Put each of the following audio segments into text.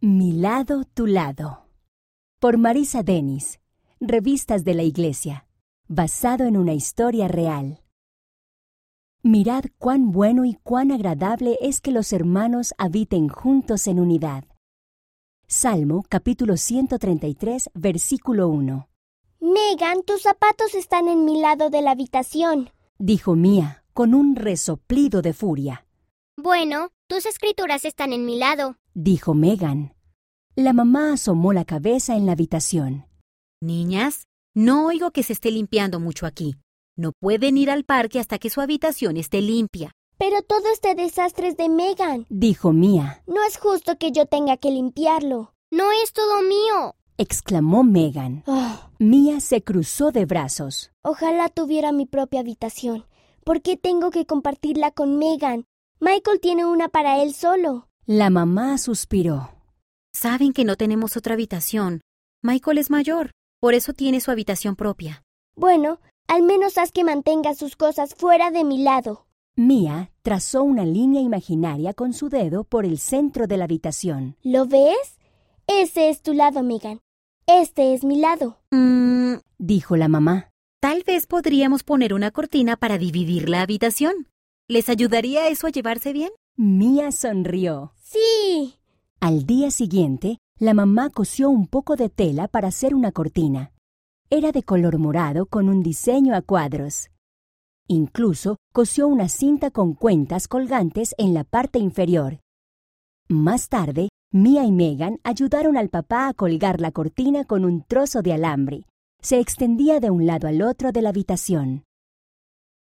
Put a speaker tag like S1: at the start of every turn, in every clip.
S1: Mi lado, tu lado. Por Marisa Denis. Revistas de la Iglesia. Basado en una historia real. Mirad cuán bueno y cuán agradable es que los hermanos habiten juntos en unidad. Salmo capítulo 133, versículo 1.
S2: Megan, tus zapatos están en mi lado de la habitación.
S1: Dijo Mía, con un resoplido de furia.
S3: Bueno, tus escrituras están en mi lado.
S1: Dijo Megan. La mamá asomó la cabeza en la habitación.
S4: Niñas, no oigo que se esté limpiando mucho aquí. No pueden ir al parque hasta que su habitación esté limpia.
S2: Pero todo este desastre es de Megan.
S1: Dijo Mía.
S2: No es justo que yo tenga que limpiarlo.
S3: No es todo mío.
S1: exclamó Megan.
S2: Oh,
S1: Mía se cruzó de brazos.
S2: ojalá tuviera mi propia habitación. ¿Por qué tengo que compartirla con Megan? Michael tiene una para él solo.
S1: La mamá suspiró.
S4: Saben que no tenemos otra habitación. Michael es mayor, por eso tiene su habitación propia.
S2: Bueno, al menos haz que mantenga sus cosas fuera de mi lado.
S1: Mia trazó una línea imaginaria con su dedo por el centro de la habitación.
S2: ¿Lo ves? Ese es tu lado, Megan. Este es mi lado.
S4: Mm,
S1: Dijo la mamá.
S4: tal vez podríamos poner una cortina para dividir la habitación. ¿Les ayudaría eso a llevarse bien?
S1: Mia sonrió.
S2: Sí.
S1: Al día siguiente, la mamá cosió un poco de tela para hacer una cortina. Era de color morado con un diseño a cuadros. Incluso cosió una cinta con cuentas colgantes en la parte inferior. Más tarde, Mia y Megan ayudaron al papá a colgar la cortina con un trozo de alambre. Se extendía de un lado al otro de la habitación.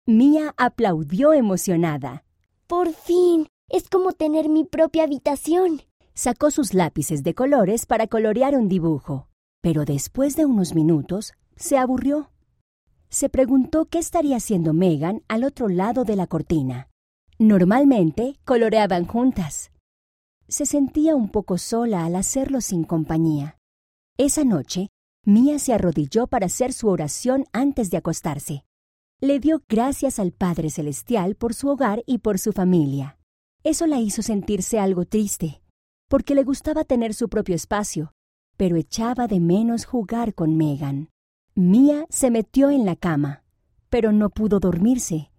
S1: Mia aplaudió emocionada.
S2: Por fin. Es como tener mi propia habitación.
S1: sacó sus lápices de colores para colorear un dibujo, pero después de unos minutos se aburrió. Se preguntó qué estaría haciendo Megan al otro lado de la cortina. Normalmente coloreaban juntas. Se sentía un poco sola al hacerlo sin compañía. Esa noche, Mia se arrodilló para hacer su oración antes de acostarse. Le dio gracias al Padre Celestial por su hogar y por su familia. Eso la hizo sentirse algo triste, porque le gustaba tener su propio espacio, pero echaba de menos jugar con Megan. Mia se metió en la cama, pero no pudo dormirse.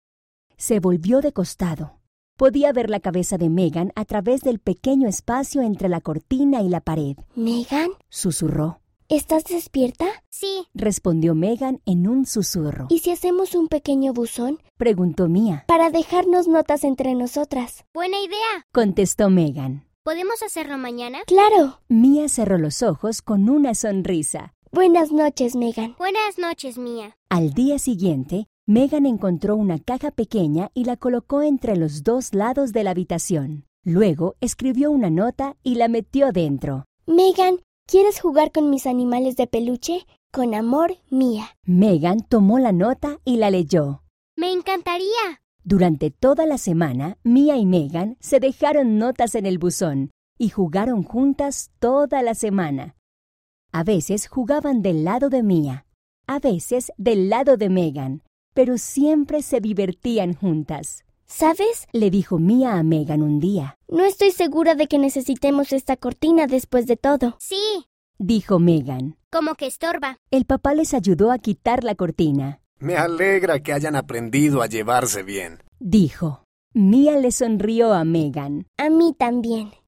S1: Se volvió de costado. Podía ver la cabeza de Megan a través del pequeño espacio entre la cortina y la pared,
S2: Megan,
S1: susurró.
S2: ¿estás despierta?
S3: Sí,
S1: Respondió Megan en un susurro.
S2: ¿Y si hacemos un pequeño buzón
S1: Preguntó Mia.
S2: para dejarnos notas entre nosotras?
S3: buena idea.
S1: Contestó Megan.
S3: ¿Podemos hacerlo mañana?
S2: Claro.
S1: Mia cerró los ojos con una sonrisa.
S2: Buenas noches, Megan.
S3: Buenas noches, mía.
S1: Al día siguiente, Megan encontró una caja pequeña y la colocó entre los dos lados de la habitación. Luego escribió una nota y la metió dentro.
S2: Megan, ¿quieres jugar con mis animales de peluche? Con amor, mía.
S1: Megan tomó la nota y la leyó.
S3: Me encantaría.
S1: Durante toda la semana, Mia y Megan se dejaron notas en el buzón y jugaron juntas toda la semana. A veces jugaban del lado de Mia, a veces del lado de Megan, pero siempre se divertían juntas.
S2: ¿Sabes?
S1: Le dijo Mia a Megan un día.
S2: No estoy segura de que necesitemos esta cortina después de todo.
S3: Sí,
S1: dijo Megan.
S3: como que estorba.
S1: El papá les ayudó a quitar la cortina,
S5: Me alegra que hayan aprendido a llevarse bien.
S1: dijo. Mia le sonrió a Megan.
S2: A mí también.